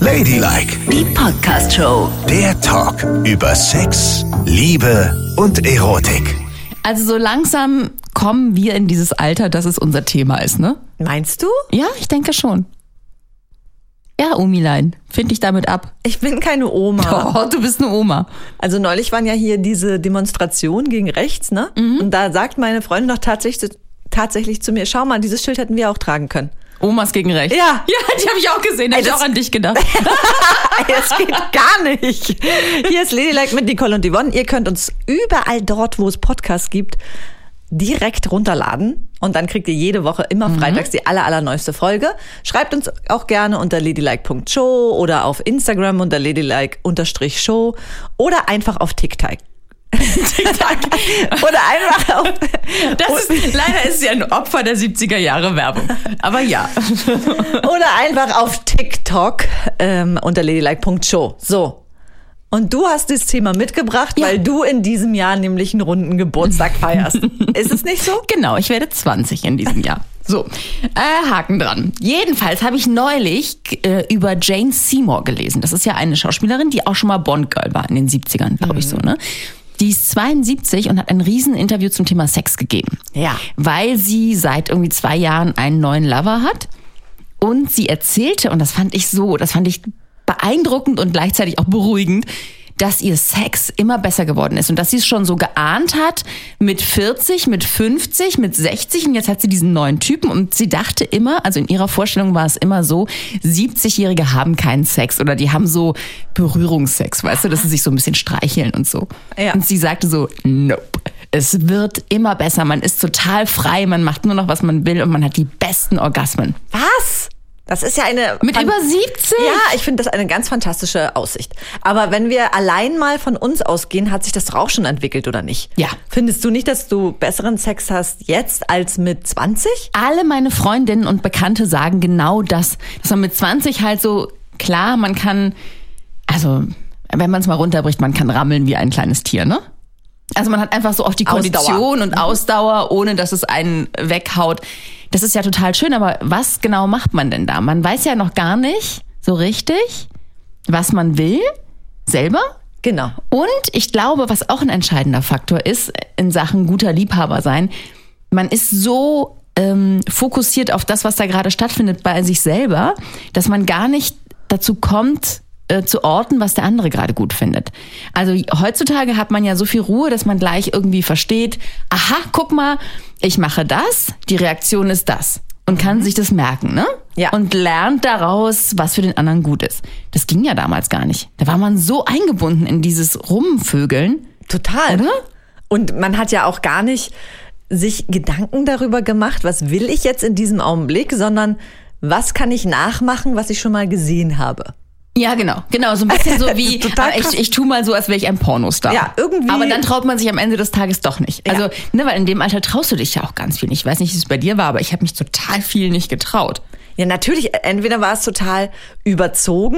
Ladylike, Die Podcast Show. der Talk über Sex, Liebe und Erotik. Also so langsam kommen wir in dieses Alter, dass es unser Thema ist, ne? Meinst du? Ja, ich denke schon. Ja, Omilein, find dich damit ab. Ich bin keine Oma. Oh, du bist eine Oma. Also neulich waren ja hier diese Demonstrationen gegen rechts, ne? Und da sagt meine Freundin doch tatsächlich, tatsächlich zu mir, schau mal, dieses Schild hätten wir auch tragen können. Omas gegen rechts. Ja. Ja, die habe ich auch gesehen. Da Ey, hätte ich das- auch an dich gedacht. Ey, Das geht gar nicht. Hier ist Ladylike mit Nicole und Yvonne. Ihr könnt uns überall dort, wo es Podcasts gibt, direkt runterladen. Und dann kriegt ihr jede Woche immer freitags die aller, allerneueste Folge. Schreibt uns auch gerne unter ladylike.show oder auf Instagram unter ladylike-show oder einfach auf TikTok. oder einfach auf... Das ist, leider ist sie ein Opfer der 70er Jahre Werbung. Aber ja. Oder einfach auf TikTok ähm, unter ladylike.show. So. Und du hast das Thema mitgebracht, weil du in diesem Jahr nämlich einen runden Geburtstag feierst. Ist es nicht so? Genau, ich werde 20 in diesem Jahr. So, äh, Haken dran. Jedenfalls habe ich neulich äh, über Jane Seymour gelesen. Das ist ja eine Schauspielerin, die auch schon mal Bond-Girl war in den 70ern, glaube ich so, ne? Die ist 72 und hat ein Rieseninterview zum Thema Sex gegeben. Ja. Weil sie seit irgendwie zwei Jahren einen neuen Lover hat. Und sie erzählte, und das fand ich so, das fand ich beeindruckend und gleichzeitig auch beruhigend, dass ihr Sex immer besser geworden ist und dass sie es schon so geahnt hat mit 40, mit 50, mit 60 und jetzt hat sie diesen neuen Typen und sie dachte immer, also in ihrer Vorstellung war es immer so, 70-Jährige haben keinen Sex oder die haben so Berührungsex, weißt du, dass sie sich so ein bisschen streicheln und so. Ja. Und sie sagte so, nope. Es wird immer besser, man ist total frei, man macht nur noch, was man will und man hat die besten Orgasmen. Was? Das ist ja eine. Mit Fan- über 70? Ja, ich finde das eine ganz fantastische Aussicht. Aber wenn wir allein mal von uns ausgehen, hat sich das doch auch schon entwickelt, oder nicht? Ja. Findest du nicht, dass du besseren Sex hast jetzt als mit 20? Alle meine Freundinnen und Bekannte sagen genau das. Dass man mit 20 halt so, klar, man kann, also, wenn man es mal runterbricht, man kann rammeln wie ein kleines Tier, ne? Also man hat einfach so auch die Ausdauer. Kondition und Ausdauer, ohne dass es einen weghaut. Das ist ja total schön, aber was genau macht man denn da? Man weiß ja noch gar nicht so richtig, was man will, selber. Genau. Und ich glaube, was auch ein entscheidender Faktor ist in Sachen guter Liebhaber sein, man ist so ähm, fokussiert auf das, was da gerade stattfindet bei sich selber, dass man gar nicht dazu kommt, äh, zu orten, was der andere gerade gut findet. Also heutzutage hat man ja so viel Ruhe, dass man gleich irgendwie versteht, aha, guck mal, ich mache das, die Reaktion ist das. Und kann sich das merken, ne? Ja. Und lernt daraus, was für den anderen gut ist. Das ging ja damals gar nicht. Da war man so eingebunden in dieses Rumvögeln. Total. Oder? Und man hat ja auch gar nicht sich Gedanken darüber gemacht, was will ich jetzt in diesem Augenblick, sondern was kann ich nachmachen, was ich schon mal gesehen habe. Ja, genau. Genau, so ein bisschen so wie, Total aber krass. ich, ich tu mal so, als wäre ich ein Pornostar. Ja, irgendwie- Aber dann traut man sich am Ende des Tages doch nicht. Also, ne, weil in dem Alter traust du dich ja auch ganz viel. Ich weiß nicht, wie es bei dir war, aber ich habe mich total viel nicht getraut. Ja, natürlich, äh, entweder war es total überzogen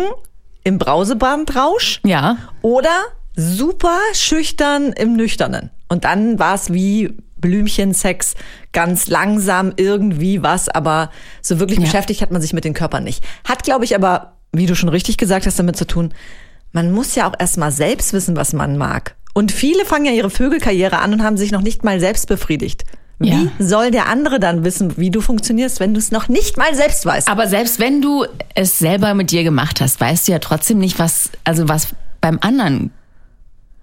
im Brausebandrausch Ja. oder super schüchtern im Nüchternen. Und dann war es wie Blümchensex, ganz langsam irgendwie was, aber so wirklich beschäftigt hat man sich mit den Körpern nicht. Hat, glaube ich, aber, wie du schon richtig gesagt hast, damit zu tun, man muss ja auch erstmal selbst wissen, was man mag. Und viele fangen ja ihre Vögelkarriere an und haben sich noch nicht mal selbst befriedigt. Wie Ja. soll der andere dann wissen, wie du funktionierst, wenn du es noch nicht mal selbst weißt? Aber selbst wenn du es selber mit dir gemacht hast, weißt du ja trotzdem nicht, was, also was beim anderen,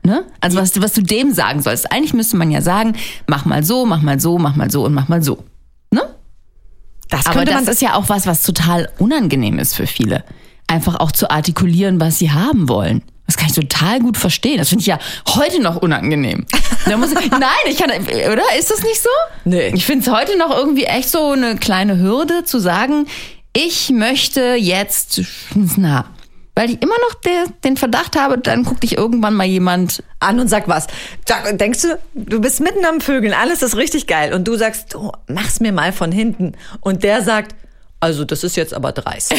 ne? Also was, was du dem sagen sollst. Eigentlich müsste man ja sagen, mach mal so, mach mal so, mach mal so und mach mal so. Ne? Das Aber das ist ja auch was, was total unangenehm ist für viele. Einfach auch zu artikulieren, was sie haben wollen. Das kann ich total gut verstehen. Das finde ich ja heute noch unangenehm. Da muss, nein, ich kann, oder? Ist das nicht so? Nee. Ich finde es heute noch irgendwie echt so eine kleine Hürde zu sagen, ich möchte jetzt, na, weil ich immer noch de, den Verdacht habe, dann guckt dich irgendwann mal jemand an und sag was. Sag, denkst du, du bist mitten am Vögeln, alles ist richtig geil. Und du sagst, du mach's mir mal von hinten. Und der sagt, also das ist jetzt aber dreist.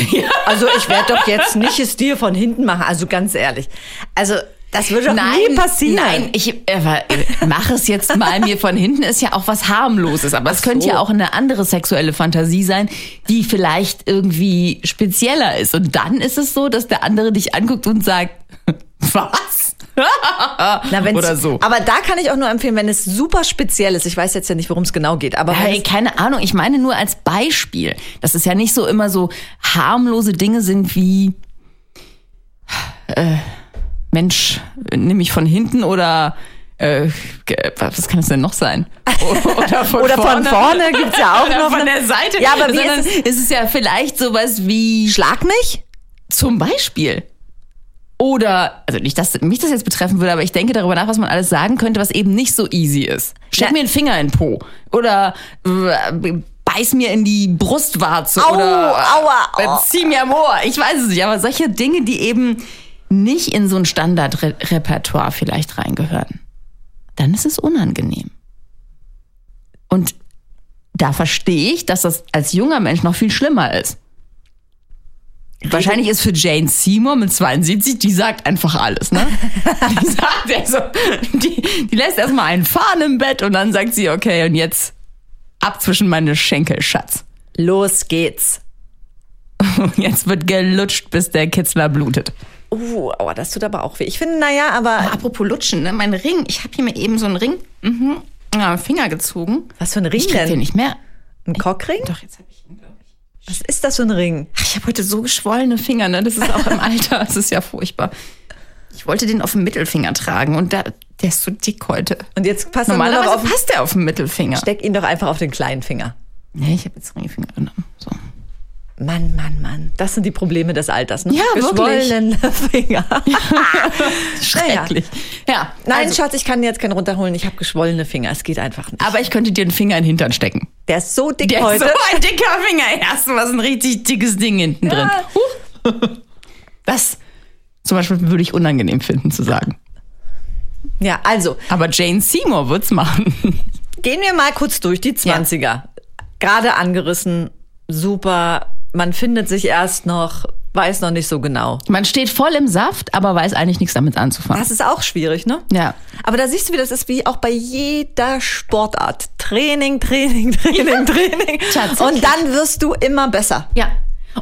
Also ich werde doch jetzt nicht es dir von hinten machen. Also ganz ehrlich. Also Das würde doch nie passieren. Nein, ich äh, mache es jetzt mal mir von hinten, ist ja auch was harmloses. Aber es so. könnte ja auch eine andere sexuelle Fantasie sein, die vielleicht irgendwie spezieller ist. Und dann ist es so, dass der andere dich anguckt und sagt, was? Na, wenn's, Oder so. Aber da kann ich auch nur empfehlen, wenn es super speziell ist. Ich weiß jetzt ja nicht, worum es genau geht, aber wenn Hey, es, keine Ahnung, ich meine nur als Beispiel, dass es ja nicht so immer so harmlose Dinge sind wie äh, Mensch, nimm mich von hinten oder äh, ge- was kann es denn noch sein? O- Oder von oder von vorne gibt's ja auch Oder noch von eine, der Seite. Ja, aber wie Sondern ist es ist ja vielleicht sowas wie Schlag mich? zum Beispiel. Oder, also nicht, dass mich das jetzt betreffen würde, aber ich denke darüber nach, was man alles sagen könnte, was eben nicht so easy ist. Steck Ja. mir einen Finger in den Po. Oder äh, beiß mir in die Brustwarze. Au, oder aua, äh, au. zieh mir am Ohr. Ich weiß es nicht, aber solche Dinge, die eben nicht in so ein Standardrepertoire vielleicht reingehören. Dann ist es unangenehm. Und da verstehe ich, dass das als junger Mensch noch viel schlimmer ist. Wahrscheinlich ist für Jane Seymour mit 72, die sagt einfach alles, ne? Die sagt also, die, die lässt erstmal einen fahren im Bett und dann sagt sie, okay, und jetzt ab zwischen meine Schenkel, Schatz. Los geht's. Und jetzt wird gelutscht, bis der Kitzler blutet. Uh, aua, das tut aber auch weh. Ich finde, naja, aber Apropos lutschen, ne? Mein Ring, ich habe hier mir eben so einen Ring, mhm, ja, Finger gezogen. was für ein Ring Ich krieg den denn? nicht mehr. Ein Cockring? Doch, jetzt habe ich ihn, glaube ich. Was ist das für ein Ring? Ich habe heute so geschwollene Finger, ne? Das ist auch im Alter, das ist ja furchtbar. Ich wollte den auf dem Mittelfinger tragen und da, der ist so dick heute. Und jetzt passt er nur noch Normalerweise auf. passt der auf den Mittelfinger. Steck ihn doch einfach auf den kleinen Finger. Nee, ich habe jetzt Ringfinger genommen. So. Mann, Mann, Mann. Das sind die Probleme des Alters. Ne? Ja, wirklich. Geschwollene Finger. Schrecklich. Ja, Nein, also, Schatz, ich kann jetzt keinen runterholen. Ich habe geschwollene Finger. Es geht einfach nicht. aber ich könnte dir einen Finger in den Hintern stecken. Der ist so dick Der ist heute. so ein dicker Finger. Ja, Hast du was ein richtig dickes Ding hinten drin. Huch. Das zum Beispiel würde ich unangenehm finden zu sagen. Ja, also Aber Jane Seymour wird's machen. gehen wir mal kurz durch die 20er. Gerade angerissen, super. Man findet sich erst noch, weiß noch nicht so genau. Man steht voll im Saft, aber weiß eigentlich nichts damit anzufangen. Das ist auch schwierig, ne? Ja. Aber da siehst du, wie das ist, wie auch bei jeder Sportart. Training, Training, Training, Training. Tatsächlich. Und dann wirst du immer besser. Ja.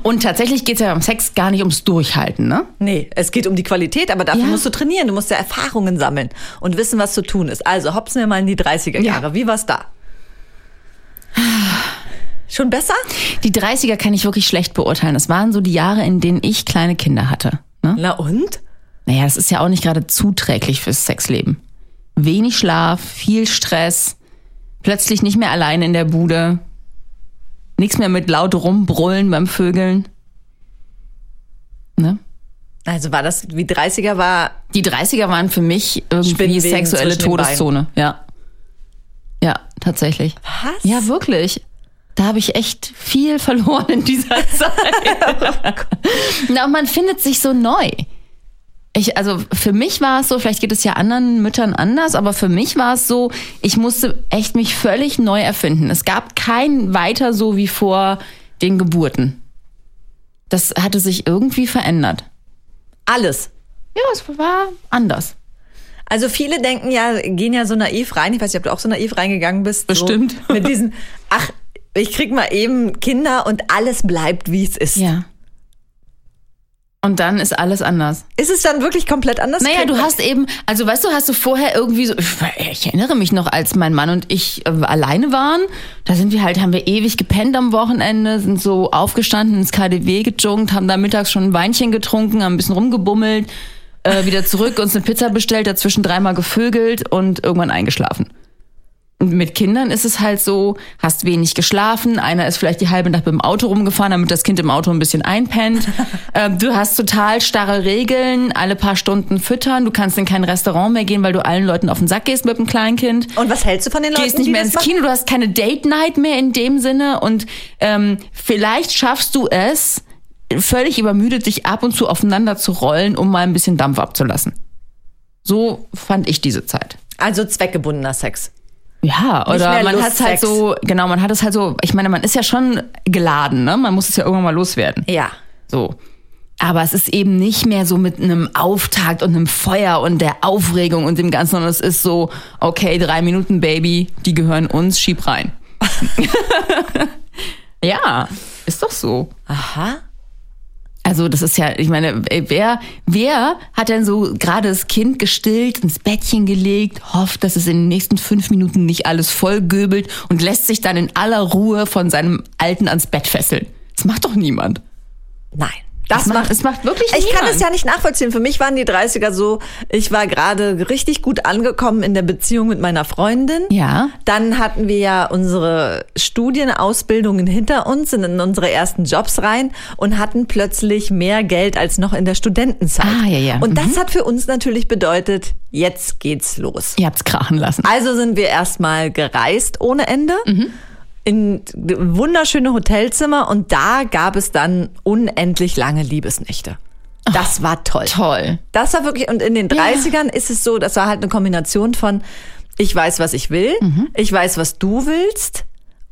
Und tatsächlich geht's ja beim Sex gar nicht ums Durchhalten, ne? Nee, es geht um die Qualität, aber dafür Ja. musst du trainieren. Du musst ja Erfahrungen sammeln und wissen, was zu tun ist. Also hopsen wir mal in die 30er Ja. Jahre. Wie war's da? Schon besser? Die 30er kann ich wirklich schlecht beurteilen. Das waren so die Jahre, in denen ich kleine Kinder hatte. Ne? Na und? Naja, das ist ja auch nicht gerade zuträglich fürs Sexleben. Wenig Schlaf, viel Stress, plötzlich nicht mehr allein in der Bude, nichts mehr mit laut rumbrüllen beim Vögeln. Ne? Also war das, wie 30er war, Die 30er waren für mich irgendwie Spinnenweben sexuelle zwischen den Todeszone. Ja. Ja, tatsächlich. was? Ja, wirklich. Da habe ich echt viel verloren in dieser Zeit. Na, und man findet sich so neu. Ich, also für mich war es so, vielleicht geht es ja anderen Müttern anders, aber für mich war es so, ich musste echt mich völlig neu erfinden. Es gab kein weiter so wie vor den Geburten. Das hatte sich irgendwie verändert. Alles. Ja, es war anders. Also viele denken ja, gehen ja so naiv rein. Ich weiß nicht, ob du auch so naiv reingegangen bist. Bestimmt. So mit diesen, ach, ich krieg mal eben Kinder und alles bleibt, wie es ist. Ja. Und dann ist alles anders. Ist es dann wirklich komplett anders? Naja, Kriegt du man- hast eben, also weißt du, hast du vorher irgendwie so, ich erinnere mich noch, als mein Mann und ich äh, alleine waren, da sind wir halt, haben wir ewig gepennt am Wochenende, sind so aufgestanden, ins KDW gejunkt, haben da mittags schon ein Weinchen getrunken, haben ein bisschen rumgebummelt, äh, wieder zurück, uns eine Pizza bestellt, dazwischen dreimal gevögelt und irgendwann eingeschlafen. Und mit Kindern ist es halt so, hast wenig geschlafen, einer ist vielleicht die halbe Nacht mit dem Auto rumgefahren, damit das Kind im Auto ein bisschen einpennt. ähm, du hast total starre Regeln, alle paar Stunden füttern, du kannst in kein Restaurant mehr gehen, weil du allen Leuten auf den Sack gehst mit dem Kleinkind. Und was hältst du von den Leuten? Gehst nicht die mehr ins das machen? Kino, du hast keine Date Night mehr in dem Sinne und ähm, vielleicht schaffst du es, völlig übermüdet dich ab und zu aufeinander zu rollen, um mal ein bisschen Dampf abzulassen. So fand ich diese Zeit. Also zweckgebundener Sex. Ja, oder mehr man hat Lust, halt Sex. so, genau, man hat es halt so, ich meine, man ist ja schon geladen, ne? Man muss es ja irgendwann mal loswerden. Ja. So. Aber es ist eben nicht mehr so mit einem Auftakt und einem Feuer und der Aufregung und dem Ganzen, sondern es ist so, okay, drei Minuten, Baby, die gehören uns, schieb rein. ja, ist doch so. Aha. Also das ist ja, ich meine, wer, wer hat denn so gerade das Kind gestillt, ins Bettchen gelegt, hofft, dass es in den nächsten fünf Minuten nicht alles vollgöbelt und lässt sich dann in aller Ruhe von seinem Alten ans Bett fesseln? Das macht doch niemand. Nein. Das, macht- macht, das macht wirklich Ich kann niemand. es ja nicht nachvollziehen. Für mich waren die 30er so, ich war gerade richtig gut angekommen in der Beziehung mit meiner Freundin. Ja. Dann hatten wir ja unsere Studienausbildungen hinter uns, sind in unsere ersten Jobs rein und hatten plötzlich mehr Geld als noch in der Studentenzeit. Ah, ja, ja. Und das hat für uns natürlich bedeutet, jetzt geht's los. Ihr habt's krachen lassen. Also sind wir erstmal gereist ohne Ende in wunderschöne Hotelzimmer und da gab es dann unendlich lange Liebesnächte. Das war toll. Toll. Das war wirklich, und in den 30ern ist es so, das war halt eine Kombination von, ich weiß, was ich will, ich weiß, was du willst.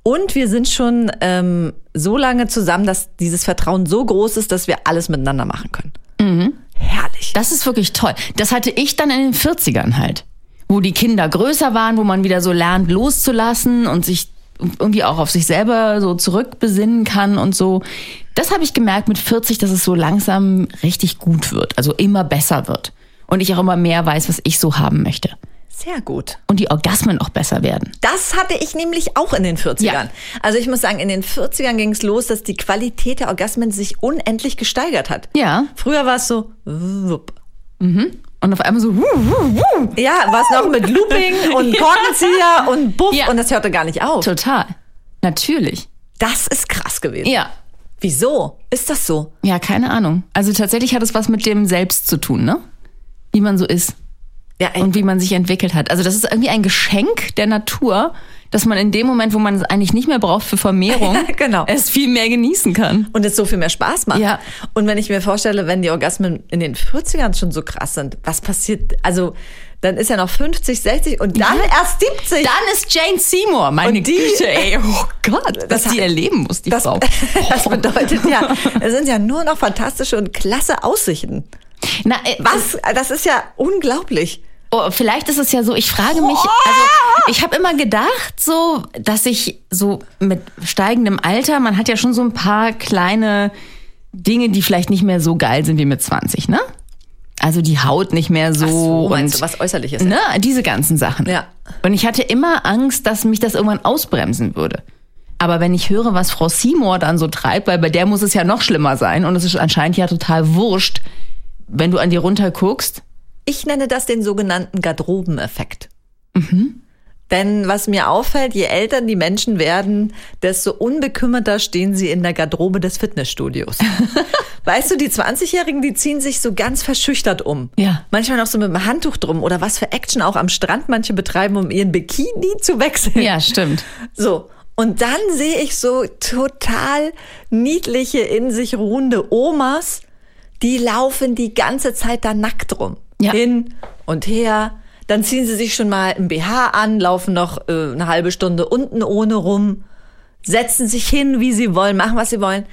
Und wir sind schon ähm, so lange zusammen, dass dieses Vertrauen so groß ist, dass wir alles miteinander machen können. Herrlich. Das ist wirklich toll. Das hatte ich dann in den 40ern halt, wo die Kinder größer waren, wo man wieder so lernt loszulassen und sich irgendwie auch auf sich selber so zurückbesinnen kann und so. Das habe ich gemerkt mit 40, dass es so langsam richtig gut wird, also immer besser wird. Und ich auch immer mehr weiß, was ich so haben möchte. Sehr gut. Und die Orgasmen auch besser werden. Das hatte ich nämlich auch in den 40ern. Ja. Also ich muss sagen, in den 40ern ging es los, dass die Qualität der Orgasmen sich unendlich gesteigert hat. Ja. Früher war es so, wupp. Und auf einmal so, wuh, wuh, wuh. ja, war es noch mit Looping und Korkenzieher und Buff Ja. und das hörte gar nicht auf. total. Natürlich. Das ist krass gewesen. Ja. Wieso? Ist das so? Ja, keine Ahnung. Also tatsächlich hat es was mit dem Selbst zu tun, ne? Wie man so ist. Ja, ey, und wie man sich entwickelt hat. Also das ist irgendwie ein Geschenk der Natur, dass man in dem Moment, wo man es eigentlich nicht mehr braucht für Vermehrung, Genau. es viel mehr genießen kann. und es so viel mehr Spaß macht. Ja. Und wenn ich mir vorstelle, wenn die Orgasmen in den 40ern schon so krass sind, was passiert? Also, dann ist ja noch 50, 60 und dann erst 70. Dann ist Jane Seymour, meine Und die- Güte, ey. Oh Gott, was Das- die erleben muss, die Das, Frau. das bedeutet ja, es sind ja nur noch fantastische und klasse Aussichten. Na, äh, Was? Das ist ja unglaublich. Oh, vielleicht ist es ja so, ich frage mich, also ich habe immer gedacht, so, dass ich so mit steigendem Alter, man hat ja schon so ein paar kleine Dinge, die vielleicht nicht mehr so geil sind wie mit 20, ne? Also die Haut nicht mehr so, Oh, meinst und du, was Äußerliches. ne, diese ganzen Sachen. Ja. Und ich hatte immer Angst, dass mich das irgendwann ausbremsen würde. Aber wenn ich höre, was Frau Seymour dann so treibt, weil bei der muss es ja noch schlimmer sein und es ist anscheinend ja total wurscht, wenn du an dir runter guckst, Ich nenne das den sogenannten Garderobeneffekt. Mhm. Denn was mir auffällt, je älter die Menschen werden, desto unbekümmerter stehen sie in der Garderobe des Fitnessstudios. weißt du, die 20-Jährigen, die ziehen sich so ganz verschüchtert um. Ja. Manchmal noch so mit einem Handtuch drum oder was für Action auch am Strand manche betreiben, um ihren Bikini zu wechseln. ja, stimmt. So. Und dann sehe ich so total niedliche, in sich ruhende Omas, die laufen die ganze Zeit da nackt rum. Ja. Hin und her. Dann ziehen sie sich schon mal ein BH an, laufen noch äh, eine halbe Stunde unten ohne rum, setzen sich hin, wie sie wollen, machen, was sie wollen.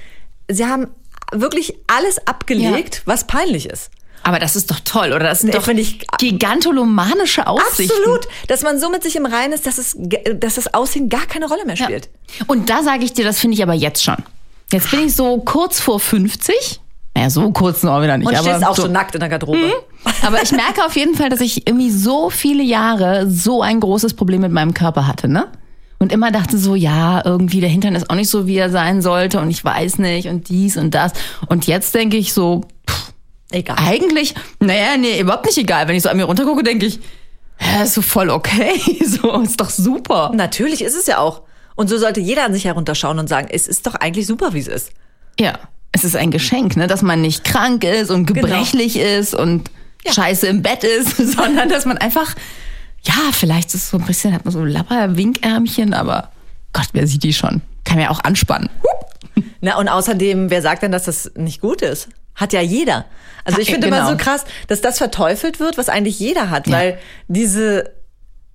Sie haben wirklich alles abgelegt, was peinlich ist. Aber das ist doch toll, oder? Das sind Ich doch find ich- gigantolomanische Aussichten. Absolut. Dass man so mit sich im Reinen ist, dass, es, ge- dass das Aussehen gar keine Rolle mehr Ja. spielt. Und da sage ich dir, das finde ich aber jetzt schon. Jetzt bin ich so kurz vor 50. Naja, so kurz noch wieder nicht. Und aber stehst auch so. Hm? so nackt in der Garderobe. Aber ich merke auf jeden Fall, dass ich irgendwie so viele Jahre so ein großes Problem mit meinem Körper hatte, ne? Und immer dachte so, ja, irgendwie der Hintern ist auch nicht so, wie er sein sollte und ich weiß nicht und dies und das. Und jetzt denke ich so, pff, Egal. eigentlich, naja, nee, überhaupt nicht egal. Wenn ich so an mir runtergucke, denke ich, hä, ist so voll okay, so, ist doch super. Natürlich ist es ja auch. Und so sollte jeder an sich herunterschauen und sagen, es ist doch eigentlich super, wie es ist. Ja, es ist ein Geschenk, ne, dass man nicht krank ist und gebrechlich ist und scheiße im Bett ist, sondern dass man einfach, ja, vielleicht ist so ein bisschen, hat man so Labber-Winkärmchen, aber Gott, wer sieht die schon? Kann man ja auch anspannen. Na, und außerdem, wer sagt denn, dass das nicht gut ist? Hat ja jeder. Also ich Ja, finde immer genau. so krass, dass das verteufelt wird, was eigentlich jeder hat, weil diese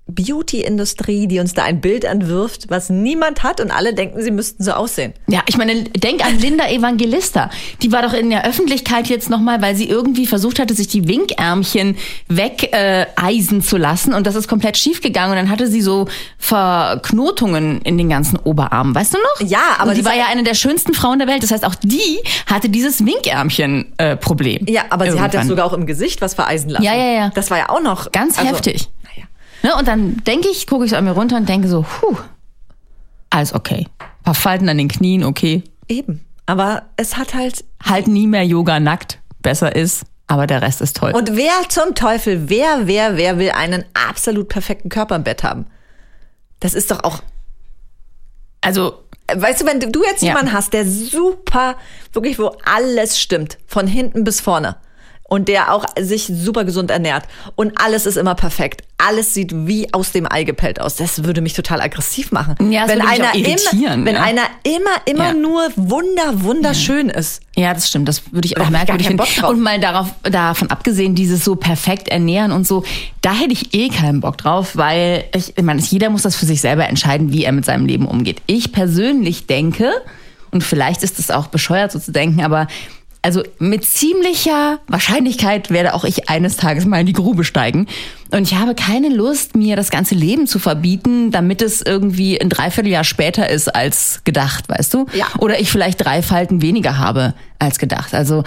Beauty-Industrie, die uns da ein Bild entwirft, was niemand hat und alle denken, sie müssten so aussehen. Ja, ich meine, denk an Linda Evangelista. Die war doch in der Öffentlichkeit jetzt nochmal, weil sie irgendwie versucht hatte, sich die Winkärmchen wegeisen äh, eisen zu lassen. Und das ist komplett schief gegangen. Und dann hatte sie so Verknotungen in den ganzen Oberarmen. Weißt du noch? Ja, Und aber die das- war ja eine der schönsten Frauen der Welt. Das heißt, auch die hatte dieses Winkärmchen-Problem. Ja, aber sie hat Irgendwann. das sogar auch im Gesicht was vereisen lassen. Ja, ja, ja. Das war ja auch noch Ganz also, heftig. Naja. Ne, und dann denke ich, gucke ich an mir runter und denke so, puh, alles okay. Ein paar Falten an den Knien, okay. Eben. Aber es hat halt. Halt nie mehr Yoga nackt, besser ist, aber der Rest ist toll. Und wer zum Teufel, wer, wer, wer will einen absolut perfekten Körper im Bett haben? Das ist doch auch. also, Weißt du, wenn du- du jetzt Ja. jemanden hast, der super, wirklich, wo alles stimmt, von hinten bis vorne. Und der auch sich super gesund ernährt. Und alles ist immer perfekt. Alles sieht wie aus dem Ei gepellt aus. Das würde mich total aggressiv machen. Ja, das wenn würde mich auch einer irritieren, immer, wenn ja. einer immer, immer Ja. nur wunder, wunderschön ist. ja, das stimmt, das würde ich hab auch ich gar merkwürdig keinen finden. Bock drauf. Und mal darauf, davon abgesehen, dieses so perfekt ernähren und so, da hätte ich eh keinen Bock drauf, weil ich, ich meine, jeder muss das für sich selber entscheiden, wie er mit seinem Leben umgeht. Ich persönlich denke, und vielleicht ist es auch bescheuert so zu denken, aber also mit ziemlicher Wahrscheinlichkeit werde auch ich eines Tages mal in die Grube steigen. Und ich habe keine Lust, mir das ganze Leben zu verbieten, damit es irgendwie ein Dreivierteljahr später ist als gedacht, weißt du? Ja. Oder ich vielleicht drei Falten weniger habe als gedacht. Also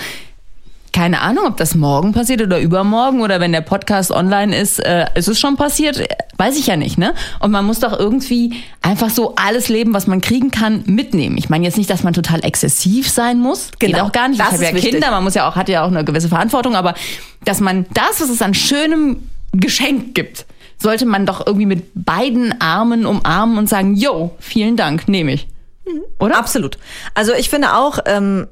keine Ahnung, ob das morgen passiert oder übermorgen oder wenn der Podcast online ist, äh, ist es schon passiert, Äh, weiß ich ja nicht, ne? Und man muss doch irgendwie einfach so alles leben, was man kriegen kann, mitnehmen. Ich meine jetzt nicht, dass man total exzessiv sein muss, geht Genau, auch gar nicht. das ich habe ist ja wichtig. Kinder, man muss ja auch hat ja auch eine gewisse Verantwortung, aber dass man das, was es an schönem Geschenk gibt, sollte man doch irgendwie mit beiden Armen umarmen und sagen, yo, vielen Dank, nehme ich. Oder? Absolut. Also ich finde auch, ähm,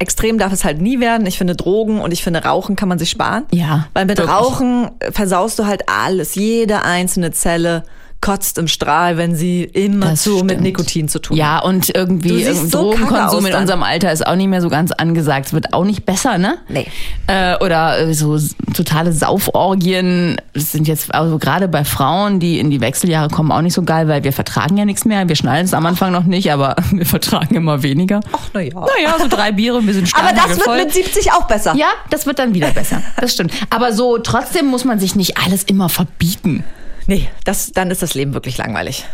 extrem darf es halt nie werden. Ich finde Drogen und ich finde Rauchen kann man sich sparen. Ja, Weil mit wirklich. Rauchen äh, versaust du halt alles. Jede einzelne Zelle kotzt im Strahl, wenn sie immer Das so mit stimmt. Nikotin zu tun hat. Ja, und Du irgendwie siehst irgendein so kacke aus Drogenkonsum in dann. unserem Alter ist auch nicht mehr so ganz angesagt. Es wird auch nicht besser, ne? Nee. Äh, oder äh, so s- totale Sauforgien. Das sind jetzt, also gerade bei Frauen, die in die Wechseljahre kommen, auch nicht so geil, weil wir vertragen ja nichts mehr. Wir schnallen es am Anfang noch nicht, aber wir vertragen immer weniger. Ach, na ja. Naja, so drei Biere, wir sind Aber das wird voll. mit 70 auch besser. Ja, das wird dann wieder besser. Das stimmt. Aber so, trotzdem muss man sich nicht alles immer verbieten. Nee, das, dann ist das Leben wirklich langweilig.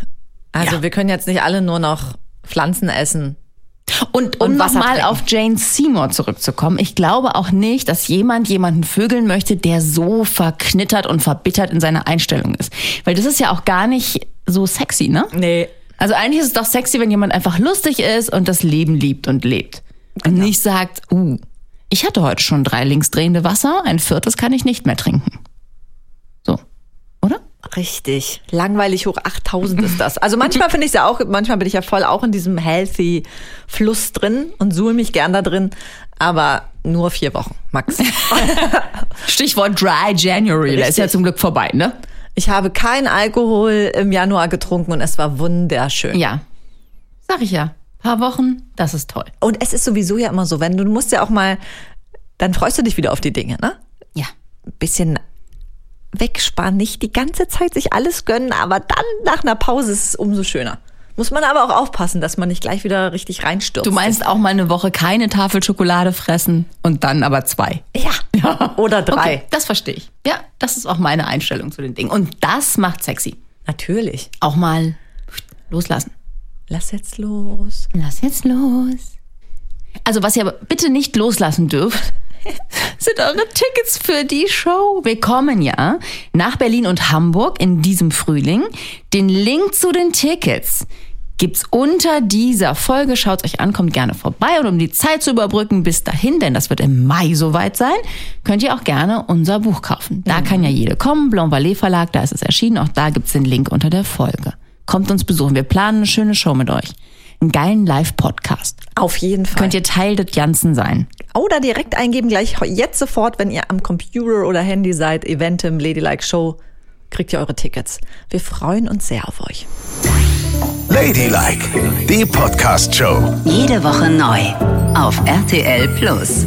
Also Ja. wir können jetzt nicht alle nur noch Pflanzen essen. Und um Und Wasser nochmal trinken. auf Jane Seymour zurückzukommen, ich glaube auch nicht, dass jemand jemanden vögeln möchte, der so verknittert und verbittert in seiner Einstellung ist. Weil das ist ja auch gar nicht so sexy, ne? Nee. Also eigentlich ist es doch sexy, wenn jemand einfach lustig ist und das Leben liebt und lebt. Und Genau. nicht sagt, uh, ich hatte heute schon drei links drehende Wasser, ein viertes kann ich nicht mehr trinken. So, oder? Richtig. Langweilig hoch 8000 ist das. Also manchmal finde ich es ja auch, manchmal bin ich ja voll auch in diesem healthy Fluss drin und suhle mich gern da drin, aber nur vier Wochen, Max. Stichwort Dry January, der ist ja Richtig. zum Glück vorbei, ne? Ich habe keinen Alkohol im Januar getrunken und es war wunderschön. Ja. Sag ich ja. Paar Wochen, das ist toll. Und es ist sowieso ja immer so, wenn du, du musst ja auch mal, dann freust du dich wieder auf die Dinge, ne? Ja. Ein bisschen wegsparen, nicht die ganze Zeit sich alles gönnen, aber dann nach einer Pause ist es umso schöner. Muss man aber auch aufpassen, dass man nicht gleich wieder richtig reinstürzt. Du meinst auch mal eine Woche keine Tafel Schokolade fressen und dann aber zwei. Ja. Oder drei. Okay, das verstehe ich. Ja, das ist auch meine Einstellung zu den Dingen. Und das macht sexy. Natürlich. Auch mal loslassen. Lass jetzt los. Lass jetzt los. Also, was ihr aber bitte nicht loslassen dürft, sind eure Tickets für die Show. Wir kommen ja nach Berlin und Hamburg in diesem Frühling. Den Link zu den Tickets gibt's unter dieser Folge. Schaut euch an, kommt gerne vorbei. Und um die Zeit zu überbrücken bis dahin, denn das wird im Mai soweit sein, könnt ihr auch gerne unser Buch kaufen. Da kann ja jede kommen. Blanc-Valet Verlag, da ist es erschienen. Auch da gibt's den Link unter der Folge. Kommt uns besuchen. Wir planen eine schöne Show mit euch. Einen geilen Live-Podcast. Auf jeden Fall. Könnt ihr Teil des Ganzen sein. oder direkt eingeben, gleich jetzt sofort, wenn ihr am Computer oder Handy seid, Eventim, Ladylike Show, kriegt ihr eure Tickets. Wir freuen uns sehr auf euch. Ladylike, die Podcast-Show. Jede Woche neu auf RTL Plus.